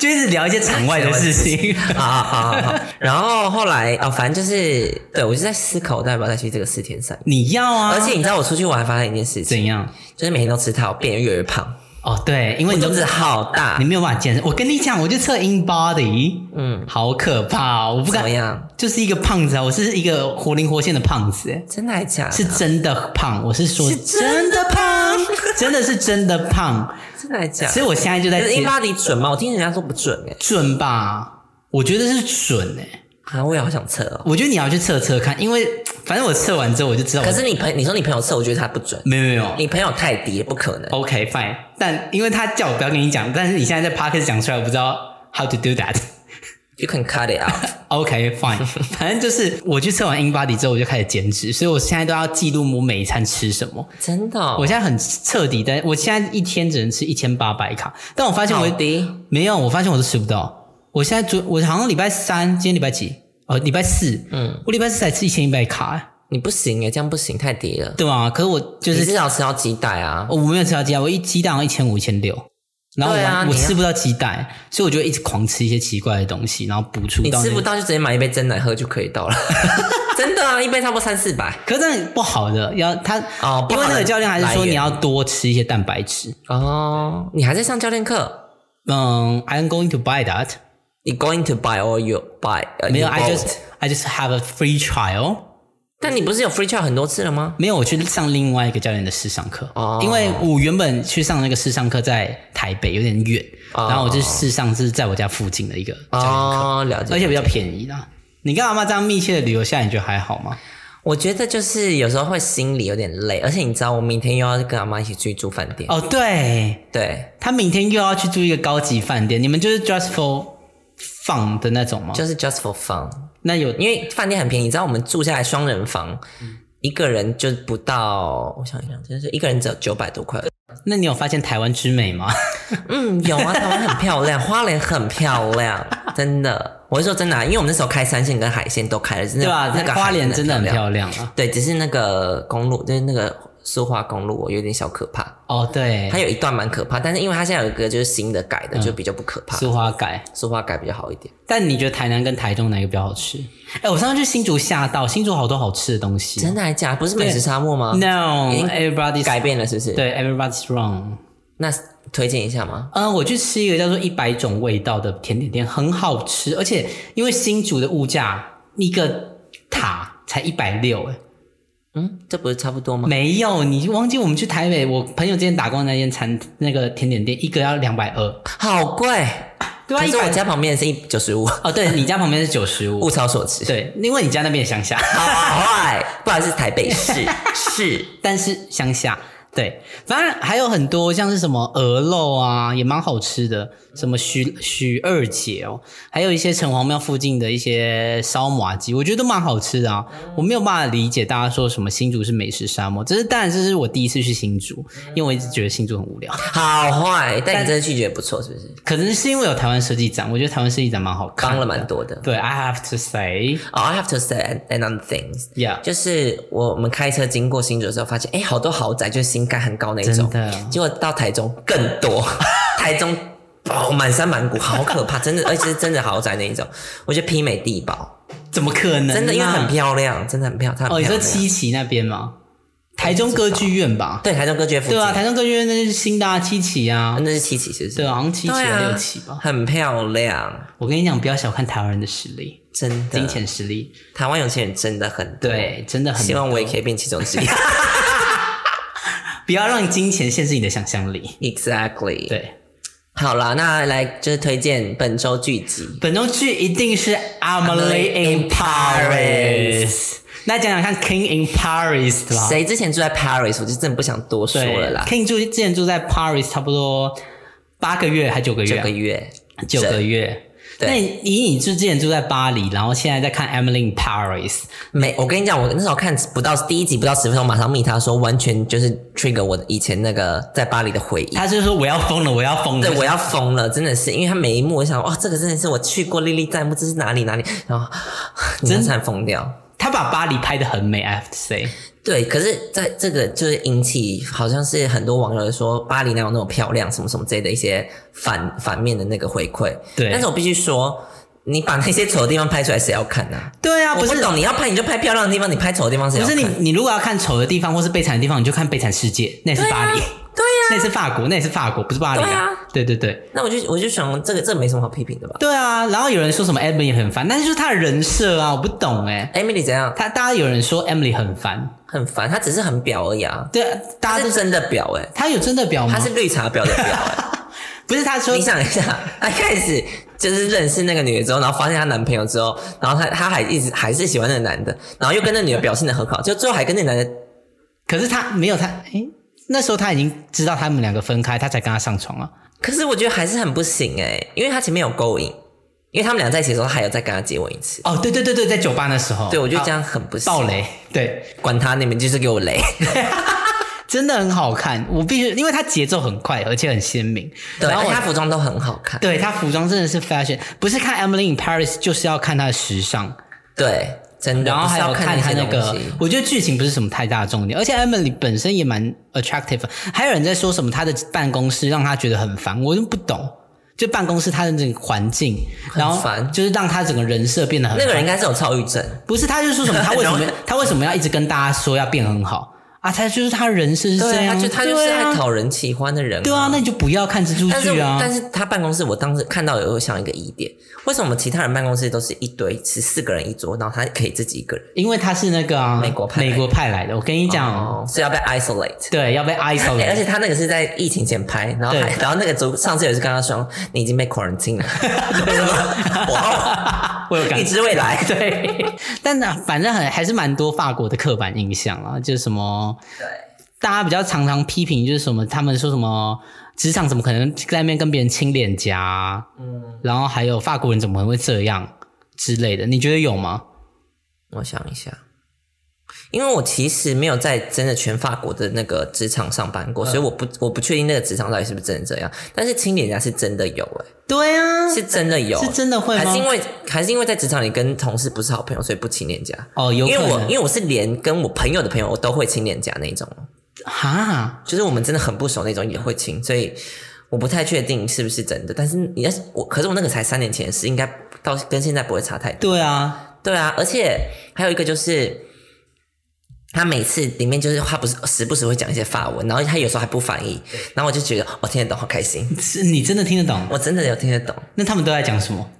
Speaker 1: 就是聊一些场外的事情。
Speaker 2: 好好好好。然后后来哦，反正就是，对我就在思考，我到底要不要再去这个四天三夜。
Speaker 1: 你要啊？
Speaker 2: 而且你知道我出去玩发现一件事情，
Speaker 1: 怎样？
Speaker 2: 就是每天都吃它，我变得越来越胖，
Speaker 1: 哦，对，因为
Speaker 2: 我
Speaker 1: 你
Speaker 2: 肚
Speaker 1: 都
Speaker 2: 子好大
Speaker 1: 你。没有办法健身。我跟你讲，我就测 in body，嗯，好可怕、哦，我不
Speaker 2: 怎
Speaker 1: 敢
Speaker 2: 么。样？
Speaker 1: 就是一个胖子啊，我是一个活灵活现的胖子，哎
Speaker 2: 真的还假的？
Speaker 1: 是真的胖，我是说
Speaker 2: 是真
Speaker 1: 的胖，真的是真的
Speaker 2: [LAUGHS]
Speaker 1: 胖，
Speaker 2: 真的还假的？
Speaker 1: 所以我现在就在
Speaker 2: 啊可是
Speaker 1: 接
Speaker 2: in body 准吗？我听人家说不准哎、
Speaker 1: 准吧，我觉得是准哎、
Speaker 2: 啊，我也好想测哦。
Speaker 1: 我觉得你要去测测看，因为反正我测完之后我就知道我，
Speaker 2: 可是你朋你说你朋友测，我觉得他不准。
Speaker 1: 没有没有
Speaker 2: 你朋友太低，不可能。
Speaker 1: ，OK fine，但因为他叫我不要跟你讲，但是你现在在 podcast 讲出来，我不知道 how to do that。 [LAUGHS]
Speaker 2: You can cut it out。
Speaker 1: OK fine，反正就是我去测完 in body 之后，我就开始减脂，所以我现在都要记录我每一餐吃什么。
Speaker 2: [LAUGHS] 真的、哦
Speaker 1: 我，现在很彻底但我现在一天只能吃一千八百卡，但我发现我
Speaker 2: 哦好低
Speaker 1: 没有，我发现我都吃不到。我现在昨我好像礼拜三，今天礼拜几？哦，礼拜四，嗯，我礼拜四才吃一千一百卡，
Speaker 2: 你不行哎，这样不行，太低了。
Speaker 1: 对啊，可是我就
Speaker 2: 你
Speaker 1: 是
Speaker 2: 至少吃到鸡蛋啊。
Speaker 1: 哦我没有吃到鸡蛋，我一鸡蛋一千五、一千六，然后我、
Speaker 2: 对啊
Speaker 1: 我
Speaker 2: 你要
Speaker 1: 吃不到鸡蛋，所以我就一直狂吃一些奇怪的东西，然后补出
Speaker 2: 你
Speaker 1: 到、那
Speaker 2: 吃不
Speaker 1: 个。
Speaker 2: 到就直接买一杯真奶喝就可以 [LAUGHS] 到了，真的啊，一杯差不多三四百
Speaker 1: 可是这样不好的，要他
Speaker 2: 哦不
Speaker 1: 因
Speaker 2: 好的
Speaker 1: 为那个教练还是
Speaker 2: 来
Speaker 1: 说
Speaker 2: 源
Speaker 1: 你要多吃一些蛋白质。
Speaker 2: 哦。你还在上教练课
Speaker 1: 嗯，I'm going to buy that。
Speaker 2: ？You going to buy or you buy？呃
Speaker 1: 没有
Speaker 2: you
Speaker 1: ，I
Speaker 2: bought
Speaker 1: just I just have a free trial。
Speaker 2: 但你不是有 free trial 很多次了吗？
Speaker 1: 没有，我去上另外一个教练的试上课，
Speaker 2: 哦
Speaker 1: 因为我原本去上那个试上课在台北有点远，
Speaker 2: 哦
Speaker 1: 然后我就试上是在我家附近的一个教练，
Speaker 2: 哦，了
Speaker 1: 而
Speaker 2: 解。
Speaker 1: 且比较便宜啦。你跟阿妈这样密切的旅游下来，你觉得还好吗？
Speaker 2: 我觉得就是有时候会心里有点累，而且你知道我明天又要跟阿妈一起去住饭店。
Speaker 1: 哦，对，
Speaker 2: 对，
Speaker 1: 他明天又要去住一个高级饭店，你们就是 just for fun 的那种吗？
Speaker 2: 就是 just for fun，
Speaker 1: 那有
Speaker 2: 因为饭店很便宜。你知道我们住下来双人房，一个人就不到，我想一想，就是一个人只有九百多块
Speaker 1: 那你有发现台湾之美 [LAUGHS] 吗？
Speaker 2: 嗯，有啊，台湾很漂亮，花莲很漂亮， [LAUGHS] 真的。我是说真的啊、因为我们那时候开山线跟海线都开了，真的
Speaker 1: 对吧？
Speaker 2: 那个
Speaker 1: 花莲
Speaker 2: 海
Speaker 1: 真的很
Speaker 2: 亮。
Speaker 1: 漂亮啊。
Speaker 2: 对，只是那个公路，就是那个苏花公路，我有点小可怕。
Speaker 1: 哦，对
Speaker 2: 它，有一段蛮可怕，但是因为它现在有一个就是新的改的，就比较不可怕。
Speaker 1: 苏花改。
Speaker 2: 苏花改比较好一点。
Speaker 1: 但你觉得台南跟台中哪个比较好吃？哎、我上次去新竹吓到，新竹好多好吃的东西。
Speaker 2: 真的还假的？不是美食沙漠吗？已经
Speaker 1: No，everybody's
Speaker 2: 改变了是不是？，
Speaker 1: 对 everybody's wrong。
Speaker 2: 那推荐一下吗？
Speaker 1: 嗯，我去吃一个叫做一百种味道的甜点店，很好吃，而且因为新竹的物价一个塔才一百六，哎，
Speaker 2: 嗯，这不是差不多吗？
Speaker 1: 没有，你忘记我们去台北，我朋友之前打工的那间餐那个甜点店，一个要两百二，
Speaker 2: 好贵。
Speaker 1: 对啊
Speaker 2: 可是我
Speaker 1: 100
Speaker 2: 家旁边是一九十五，
Speaker 1: 哦，对你家旁边是九十 [LAUGHS]
Speaker 2: 物
Speaker 1: 五，
Speaker 2: 超所值。
Speaker 1: 对，因为你家那边也乡下。
Speaker 2: 好坏，不好意思，台
Speaker 1: [LAUGHS]
Speaker 2: 北市是。
Speaker 1: 但是乡下对，反正还有很多像是什么鹅肉啊，也蛮好吃的，什么许许二姐哦，还有一些城隍庙附近的一些烧麻鸡，我觉得都蛮好吃的啊。我没有办法理解大家说什么新竹是美食沙漠，只是当然这是我第一次去新竹，因为我一直觉得新竹很无聊， [LAUGHS]
Speaker 2: 好坏，但你真的拒绝不错，是不是？
Speaker 1: 可能是因为有台湾设计展，我觉得台湾设计展蛮好看
Speaker 2: 帮
Speaker 1: 的
Speaker 2: 了蛮多的。
Speaker 1: 对，I have to say，yeah，
Speaker 2: 哦、i have to say another things，就是我们开车经过新竹的时候，发现哎，好多豪宅就是新盖很高那
Speaker 1: 真
Speaker 2: 种，
Speaker 1: 的
Speaker 2: 结果到台中更多， [LAUGHS] 台中哦满山满谷，好可怕，真的，而且是真的豪宅那一种，我觉得媲美地堡，
Speaker 1: 怎么可能啊、
Speaker 2: 真的，因为很漂亮，真的很漂亮，它
Speaker 1: 哦，
Speaker 2: 很
Speaker 1: 你
Speaker 2: 漂
Speaker 1: 说
Speaker 2: 亮。
Speaker 1: 七旗那边吗？台中歌剧院吧？
Speaker 2: 对，台中歌剧院附
Speaker 1: 对
Speaker 2: 近，
Speaker 1: 啊，台中歌剧院那是新的啊，七期啊
Speaker 2: 啊，那是七期，是不是？
Speaker 1: 对啊，好像七期
Speaker 2: 对
Speaker 1: 还
Speaker 2: 啊
Speaker 1: 六期吧。
Speaker 2: 很漂亮，
Speaker 1: 我跟你讲，不要小看台湾人的实力，
Speaker 2: 真的。
Speaker 1: 金钱实力，
Speaker 2: 台湾有钱人真的很多，
Speaker 1: 对，真的很。
Speaker 2: 希望我也可以变其中
Speaker 1: [LAUGHS]
Speaker 2: 之一。
Speaker 1: 不要让金钱限制你的想象力。
Speaker 2: exactly。，
Speaker 1: 对，
Speaker 2: 好啦，那来就是推荐本周剧集。
Speaker 1: 本周剧一定是《Emily in
Speaker 2: in Paris
Speaker 1: Paris》。那讲讲看，《King in Paris》吧。
Speaker 2: 谁之前住在 Paris，我就真的不想多说了啦。
Speaker 1: King 住之前住在 Paris 差不多八个月还九个
Speaker 2: 九个
Speaker 1: 月，
Speaker 2: 月，
Speaker 1: 九个月。
Speaker 2: 对
Speaker 1: 那你以你之前住在巴黎，然后现在在看 Emily in Paris，
Speaker 2: 没，我跟你讲，我那时候看不到第一集不到十分钟，马上密他说，完全就是 trigger 我以前那个在巴黎的回忆。
Speaker 1: 他就说我要疯了，我要疯了
Speaker 2: 对，。我要疯了，真的是，因为他每一幕，我想，哇，这个真的是我去过历历在目，这是哪里哪里，然 [LAUGHS] 后你真的疯掉。
Speaker 1: 他把巴黎拍的很美，I have to say。
Speaker 2: 对，可是在这个就是引起，好像是很多网友说巴黎哪有那么漂亮，什么什么之类的一些反反面的那个回馈。
Speaker 1: 对
Speaker 2: 但是我必须说，你把那些丑的地方拍出来，谁要看呢、
Speaker 1: 对啊，
Speaker 2: 我
Speaker 1: 不
Speaker 2: 不
Speaker 1: 是
Speaker 2: 懂，你要拍你就拍漂亮的地方，你拍丑的地方谁
Speaker 1: 不
Speaker 2: 要
Speaker 1: 是
Speaker 2: 看？
Speaker 1: 你，你如果要看丑的地方或是悲惨的地方，你就看《悲惨世界》，那也是巴黎，
Speaker 2: 对呀、
Speaker 1: [LAUGHS] 那也是法国，那也是法国，不是巴黎
Speaker 2: 对啊
Speaker 1: 啊。对对对
Speaker 2: 那我就我就想，这个这个没什么好批评的吧
Speaker 1: 对啊！然后有人说什么 Emily 很烦，但是就是他的人设啊，我不懂哎、
Speaker 2: ？Emily 怎样？
Speaker 1: 他大家有人说 Emily 很烦，
Speaker 2: 很烦，她只是很婊而已啊，
Speaker 1: 对啊，大
Speaker 2: 她
Speaker 1: 家都
Speaker 2: 是真的婊哎、
Speaker 1: 他有真的表吗？
Speaker 2: 她是绿茶婊的婊
Speaker 1: [LAUGHS]
Speaker 2: 哎、
Speaker 1: 不是他说
Speaker 2: 你想一下，她一开始就是认识那个女的之后，然后发现她男朋友之后，然后她她还一直还是喜欢那个男的，然后又跟那女的表现的很好，就最后还跟那男的
Speaker 1: 可是他没有他，诶、那时候他已经知道他们两个分开，他才跟他上床啊。
Speaker 2: 可是我觉得还是很不行哎、因为他前面有勾引，因为他们俩在一起的时候，他还有再跟他接吻一次。
Speaker 1: 哦，对对对对，在酒吧那时候，
Speaker 2: 对，我觉得这
Speaker 1: 样
Speaker 2: 样很不行。
Speaker 1: 爆，雷，对，
Speaker 2: 管他，你们就是给我雷。
Speaker 1: 真的很好看。我必须，因为他节奏很快，而且很鲜明。
Speaker 2: 对，
Speaker 1: 然
Speaker 2: 而
Speaker 1: 后
Speaker 2: 且
Speaker 1: 我
Speaker 2: 他服装都很好看。
Speaker 1: 对他服装真的是 fashion，不是看 Emily in Paris 就是要看他的时尚，
Speaker 2: 对，真的。
Speaker 1: 然后还有
Speaker 2: 嗯不是要
Speaker 1: 看
Speaker 2: 看
Speaker 1: 他那
Speaker 2: 些东
Speaker 1: 个
Speaker 2: 西。
Speaker 1: 我觉得剧情不是什么太大的重点，而且 Emily 本身也蛮 attractive 的。还有人在说什么他的办公室让他觉得很烦，我就不懂。就办公室他的那个环境，然后
Speaker 2: 烦
Speaker 1: 就是让他整个人设变得很
Speaker 2: 那个人
Speaker 1: 烦
Speaker 2: 应该是有躁郁症，
Speaker 1: 不是，他就说
Speaker 2: [LAUGHS]
Speaker 1: 什么？他为什么他为什么要一直跟大家说要变很好啊？他就是他人设是这
Speaker 2: 对，
Speaker 1: 样，
Speaker 2: 他就他就是
Speaker 1: 对
Speaker 2: 爱
Speaker 1: 啊
Speaker 2: 讨人喜欢的人、
Speaker 1: 对啊，，那你就不要看蜘蛛
Speaker 2: 但是
Speaker 1: 剧啊。
Speaker 2: 但是他办公室，我当时看到有想一个疑点，为什么其他人办公室都是一堆十四个人一桌，然后他可以自己一个人？
Speaker 1: 因为他是那个、啊、
Speaker 2: 美国派来的
Speaker 1: 美国派来的，我跟你讲，
Speaker 2: 哦，是要被 isolate。
Speaker 1: 对，
Speaker 2: [LAUGHS]
Speaker 1: 要被
Speaker 2: 哎
Speaker 1: isolate，
Speaker 2: 而且他那个是在疫情前拍，然后
Speaker 1: 对
Speaker 2: 还然后那个主上次也是跟他说你已经被 quarantine 了，
Speaker 1: [LAUGHS]
Speaker 2: 哇，
Speaker 1: 我有感
Speaker 2: 预知未来，
Speaker 1: 对， [LAUGHS] 但呢，反正很还是蛮多法国的刻板印象啊，就是什么，对，大家比较常常批评就是什么，他们说什么职场怎么可能在那边跟别人亲脸颊、啊，嗯，然后还有法国人怎么会这样之类的，你觉得有吗？
Speaker 2: 我想一下，因为我其实没有在真的全法国的那个职场上班
Speaker 1: 嗯
Speaker 2: 过，所以我不我不确定那个职场到底是不是真的这样。但是亲脸颊是真的有、欸，
Speaker 1: 对啊，
Speaker 2: 是真的有，
Speaker 1: 是真的会吗
Speaker 2: 还是因为还是因为在职场里跟同事不是好朋友，所以不亲脸颊？
Speaker 1: 哦，有
Speaker 2: 因
Speaker 1: 可
Speaker 2: 为我
Speaker 1: 能
Speaker 2: 因为我是连跟我朋友的朋友我都会亲脸颊那种，哦
Speaker 1: 哈，
Speaker 2: 就是我们真的很不熟那种也会亲，所以我不太确定是不是真的。但是你要是我，可是我那个才三年前的事，应该到跟现在不会差太多。
Speaker 1: 对啊，
Speaker 2: 对啊，而且还有一个就是，他每次里面就是他不是时不时会讲一些法文，然后他有时候还不翻译，然后我就觉得我、听得懂，好开心，
Speaker 1: 是你真的听得懂？
Speaker 2: 我真的有听得懂。
Speaker 1: 那他们都在讲什么？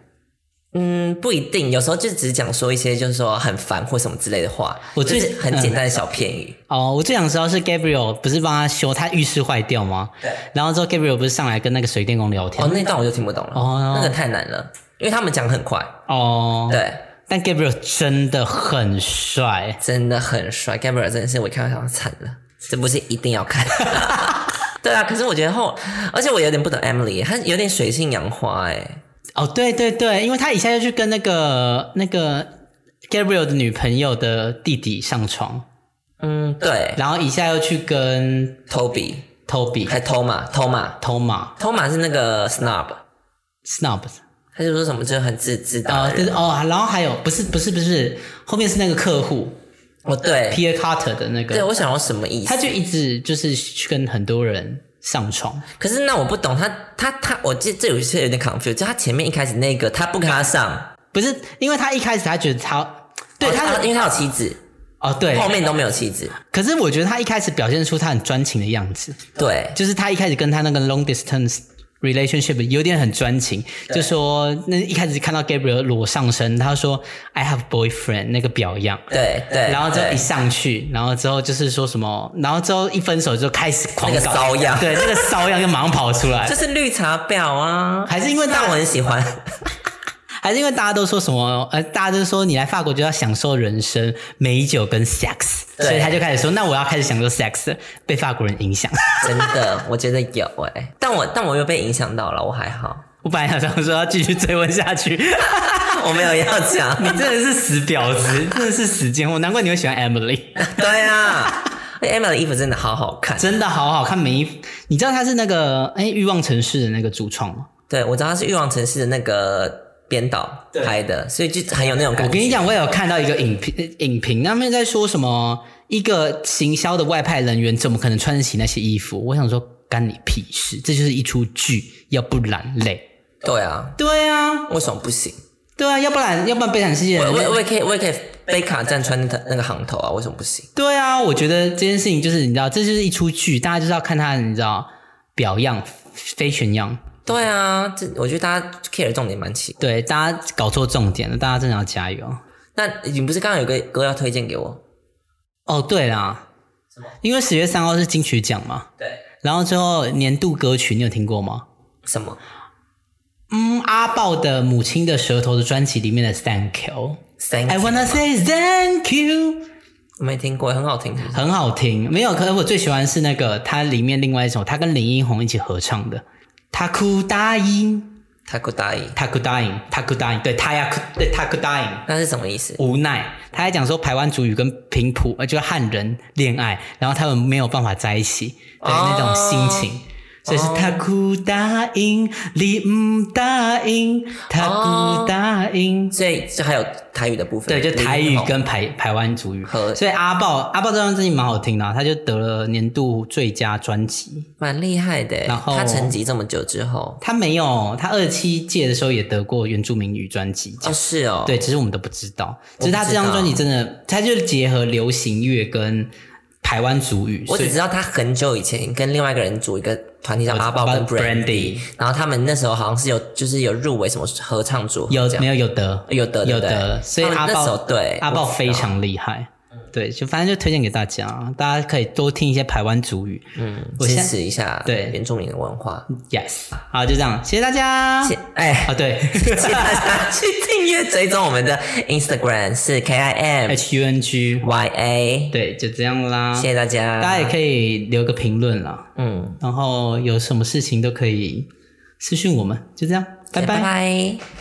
Speaker 2: 嗯，不一定，有时候就只讲说一些就是说很烦或什么之类的话，
Speaker 1: 我
Speaker 2: 就
Speaker 1: 最
Speaker 2: 是很简单的小片语。
Speaker 1: 哦，我最想知道是 Gabriel 不是帮他修他浴室坏掉吗？
Speaker 2: 对。
Speaker 1: 然后之后 Gabriel 不是上来跟那个水电工聊天
Speaker 2: 哦，那段我就听不懂了，
Speaker 1: 哦
Speaker 2: 那个太难了，因为他们讲很快，
Speaker 1: 哦，
Speaker 2: 对，
Speaker 1: 但 Gabriel 真的很帅，
Speaker 2: 真的很帅，Gabriel 真的是我一看到想惨了，这不是一定要
Speaker 1: [LAUGHS]
Speaker 2: 看。对啊，可是我觉得后，而且我有点不懂 Emily，她有点水性杨花哎、
Speaker 1: 哦，对对对，因为他一下就去跟那个那个 Gabriel 的女朋友的弟弟上床，
Speaker 2: 嗯，对
Speaker 1: 然后一下又去跟
Speaker 2: ，Toby
Speaker 1: Toby
Speaker 2: 还 Toma Toma
Speaker 1: Toma
Speaker 2: Toma 是那个 Snob，
Speaker 1: Snob
Speaker 2: 他就说什么就很自自大
Speaker 1: 啊，
Speaker 2: 的
Speaker 1: 就
Speaker 2: 人。
Speaker 1: 是哦，然后还有不是不是不是，后面是那个客户
Speaker 2: 哦，对
Speaker 1: Pierre Carter 的那
Speaker 2: 对，
Speaker 1: 个，
Speaker 2: 我想要什么意
Speaker 1: 他
Speaker 2: 思？
Speaker 1: 就一直就是去跟很多人上床，
Speaker 2: 可是那我不懂，他他他，我记得这有些有点 confused，就他前面一开始那个他不跟他上，
Speaker 1: 不是因为他一开始他觉得他对
Speaker 2: 哦
Speaker 1: 他的
Speaker 2: 因为他有妻子，
Speaker 1: 哦，对。
Speaker 2: 后面都没有气质。
Speaker 1: 可是我觉得他一开始表现出他很专情的样子，
Speaker 2: 对，
Speaker 1: 就是他一开始跟他那个 long distance relationship 有点很专情，就说那一开始看到 Gabriel 裸上身，他说 I have boyfriend 那个表样。
Speaker 2: 对对，
Speaker 1: 然后就
Speaker 2: 对
Speaker 1: 一上去，然后之后就是说什么，然后之后一分手就开始狂
Speaker 2: 那个
Speaker 1: 搞
Speaker 2: 骚样
Speaker 1: 对，那个骚样就马上跑出来
Speaker 2: [LAUGHS] 这，是绿茶婊啊，
Speaker 1: 还是因为大
Speaker 2: 但我很喜欢。
Speaker 1: 还是因为大家都说什么？呃，大家都说你来法国就要享受人生、美酒跟 sex，
Speaker 2: 对
Speaker 1: 所以他就开始说，那我要开始享受 sex，了被法国人影响。
Speaker 2: [LAUGHS]
Speaker 1: [LAUGHS]
Speaker 2: 真的，我觉得有哎、但我但我又被影响到了，我还好， [LAUGHS]
Speaker 1: 我本来想说要继续追问下去，
Speaker 2: 我没有要讲。
Speaker 1: [LAUGHS] 你真的是死婊子，真的是死贱货，难怪你会喜欢 Emily，
Speaker 2: 对啊，而且 Emma 的衣服真的好好看。
Speaker 1: 真的好好看，每一，你知道她是那个哎欲望城市的那个主创吗？
Speaker 2: 对，我知道她是《欲望城市》的那个编导拍的，所以就很有那种感
Speaker 1: 我
Speaker 2: 觉。
Speaker 1: 跟你讲，我也有看到一个影评，影评那边在说什么一个行销的外派人员怎么可能穿得起那些衣服？我想说干你屁事，这就是一出剧，要不然累。
Speaker 2: 对啊，
Speaker 1: 对啊，
Speaker 2: 为什么不行？
Speaker 1: 对啊，要不然要不然悲惨世界
Speaker 2: 我
Speaker 1: 的
Speaker 2: 我
Speaker 1: 人。
Speaker 2: 我也可以，我也可以背卡站穿那那个行头啊，为什么不行？
Speaker 1: 对啊，我觉得这件事情就是你知道，这就是一出剧，大家就是要看他，你知道表样、非全样。
Speaker 2: 对啊，这我觉得大家 care 重点蛮奇怪。
Speaker 1: 对，大家搞错重点了，大家真的要加油。
Speaker 2: 那你不是刚刚有个歌要推荐给我？
Speaker 1: 哦，对啦，因为十月三号是金曲奖嘛，
Speaker 2: 对，
Speaker 1: 然后之后年度歌曲你有听过吗？
Speaker 2: 什么
Speaker 1: 嗯，阿豹的《母亲的舌头》的专辑里面的《Thank You》
Speaker 2: ？Thank
Speaker 1: ，I
Speaker 2: you，
Speaker 1: wanna say thank you，
Speaker 2: 我没听过，很好听。是不是
Speaker 1: 很好听。没有，可是我最喜欢是那个它里面另外一首，它跟林英红一起合唱的。他哭答应，
Speaker 2: 他不答应，
Speaker 1: 他哭答应，他哭答应，对，他呀哭，对，他哭答应。
Speaker 2: 那是什么意思？
Speaker 1: 无奈，他还讲说台湾族语跟平埔，呃，就是汉人恋爱，然后他们没有办法在一起，对、
Speaker 2: 哦
Speaker 1: 那种心情，所以是他哭答应，你唔答应，他哭答应。
Speaker 2: 所以就还有台语的部分，
Speaker 1: 对，就台语
Speaker 2: 林宏
Speaker 1: 跟台台湾族语
Speaker 2: 和，
Speaker 1: 所以阿豹阿豹这张专辑蛮好听的啊、他就得了年度最佳专辑。
Speaker 2: 蛮厉害的欸。
Speaker 1: 然后
Speaker 2: 他沉寂这么久之后，
Speaker 1: 他没有，他二七届的时候也得过原住民语专辑奖
Speaker 2: 哦，是哦，
Speaker 1: 对，只是我们都不知道。只是他
Speaker 2: 我不
Speaker 1: 这
Speaker 2: 知道
Speaker 1: 张专辑真的，他就结合流行乐跟台湾族语，
Speaker 2: 我
Speaker 1: 所
Speaker 2: 只
Speaker 1: 以
Speaker 2: 知道他很久以前跟另外一个人组一个团体叫阿豹
Speaker 1: 阿
Speaker 2: 跟
Speaker 1: 豹
Speaker 2: Brandy，然后他们那时候好像是有就是有入围什么合唱组合
Speaker 1: 有
Speaker 2: 这样
Speaker 1: 没有有得
Speaker 2: 有的
Speaker 1: 有
Speaker 2: 对不对
Speaker 1: 得，所以
Speaker 2: 他
Speaker 1: 阿
Speaker 2: 们那时
Speaker 1: 豹
Speaker 2: 候对
Speaker 1: 阿豹
Speaker 2: 我知道
Speaker 1: 非常厉害。对，就反正就推荐给大家，啊大家可以多听一些台湾族语。嗯我
Speaker 2: 支
Speaker 1: 现
Speaker 2: 持一下
Speaker 1: 对
Speaker 2: 原住民的文化。
Speaker 1: yes，好，就这样，谢谢大家。
Speaker 2: 谢哎， [LAUGHS]
Speaker 1: 啊，对
Speaker 2: 谢谢大家去订阅追踪我们的 Instagram 是 K I M
Speaker 1: ，H U N G，
Speaker 2: Y A，
Speaker 1: 对，就这样啦。
Speaker 2: 谢谢啊大家，
Speaker 1: 大家也可以留个评论啦，
Speaker 2: 嗯，
Speaker 1: 然后有什么事情都可以私讯我们，就这样，拜
Speaker 2: 拜
Speaker 1: 拜
Speaker 2: 拜。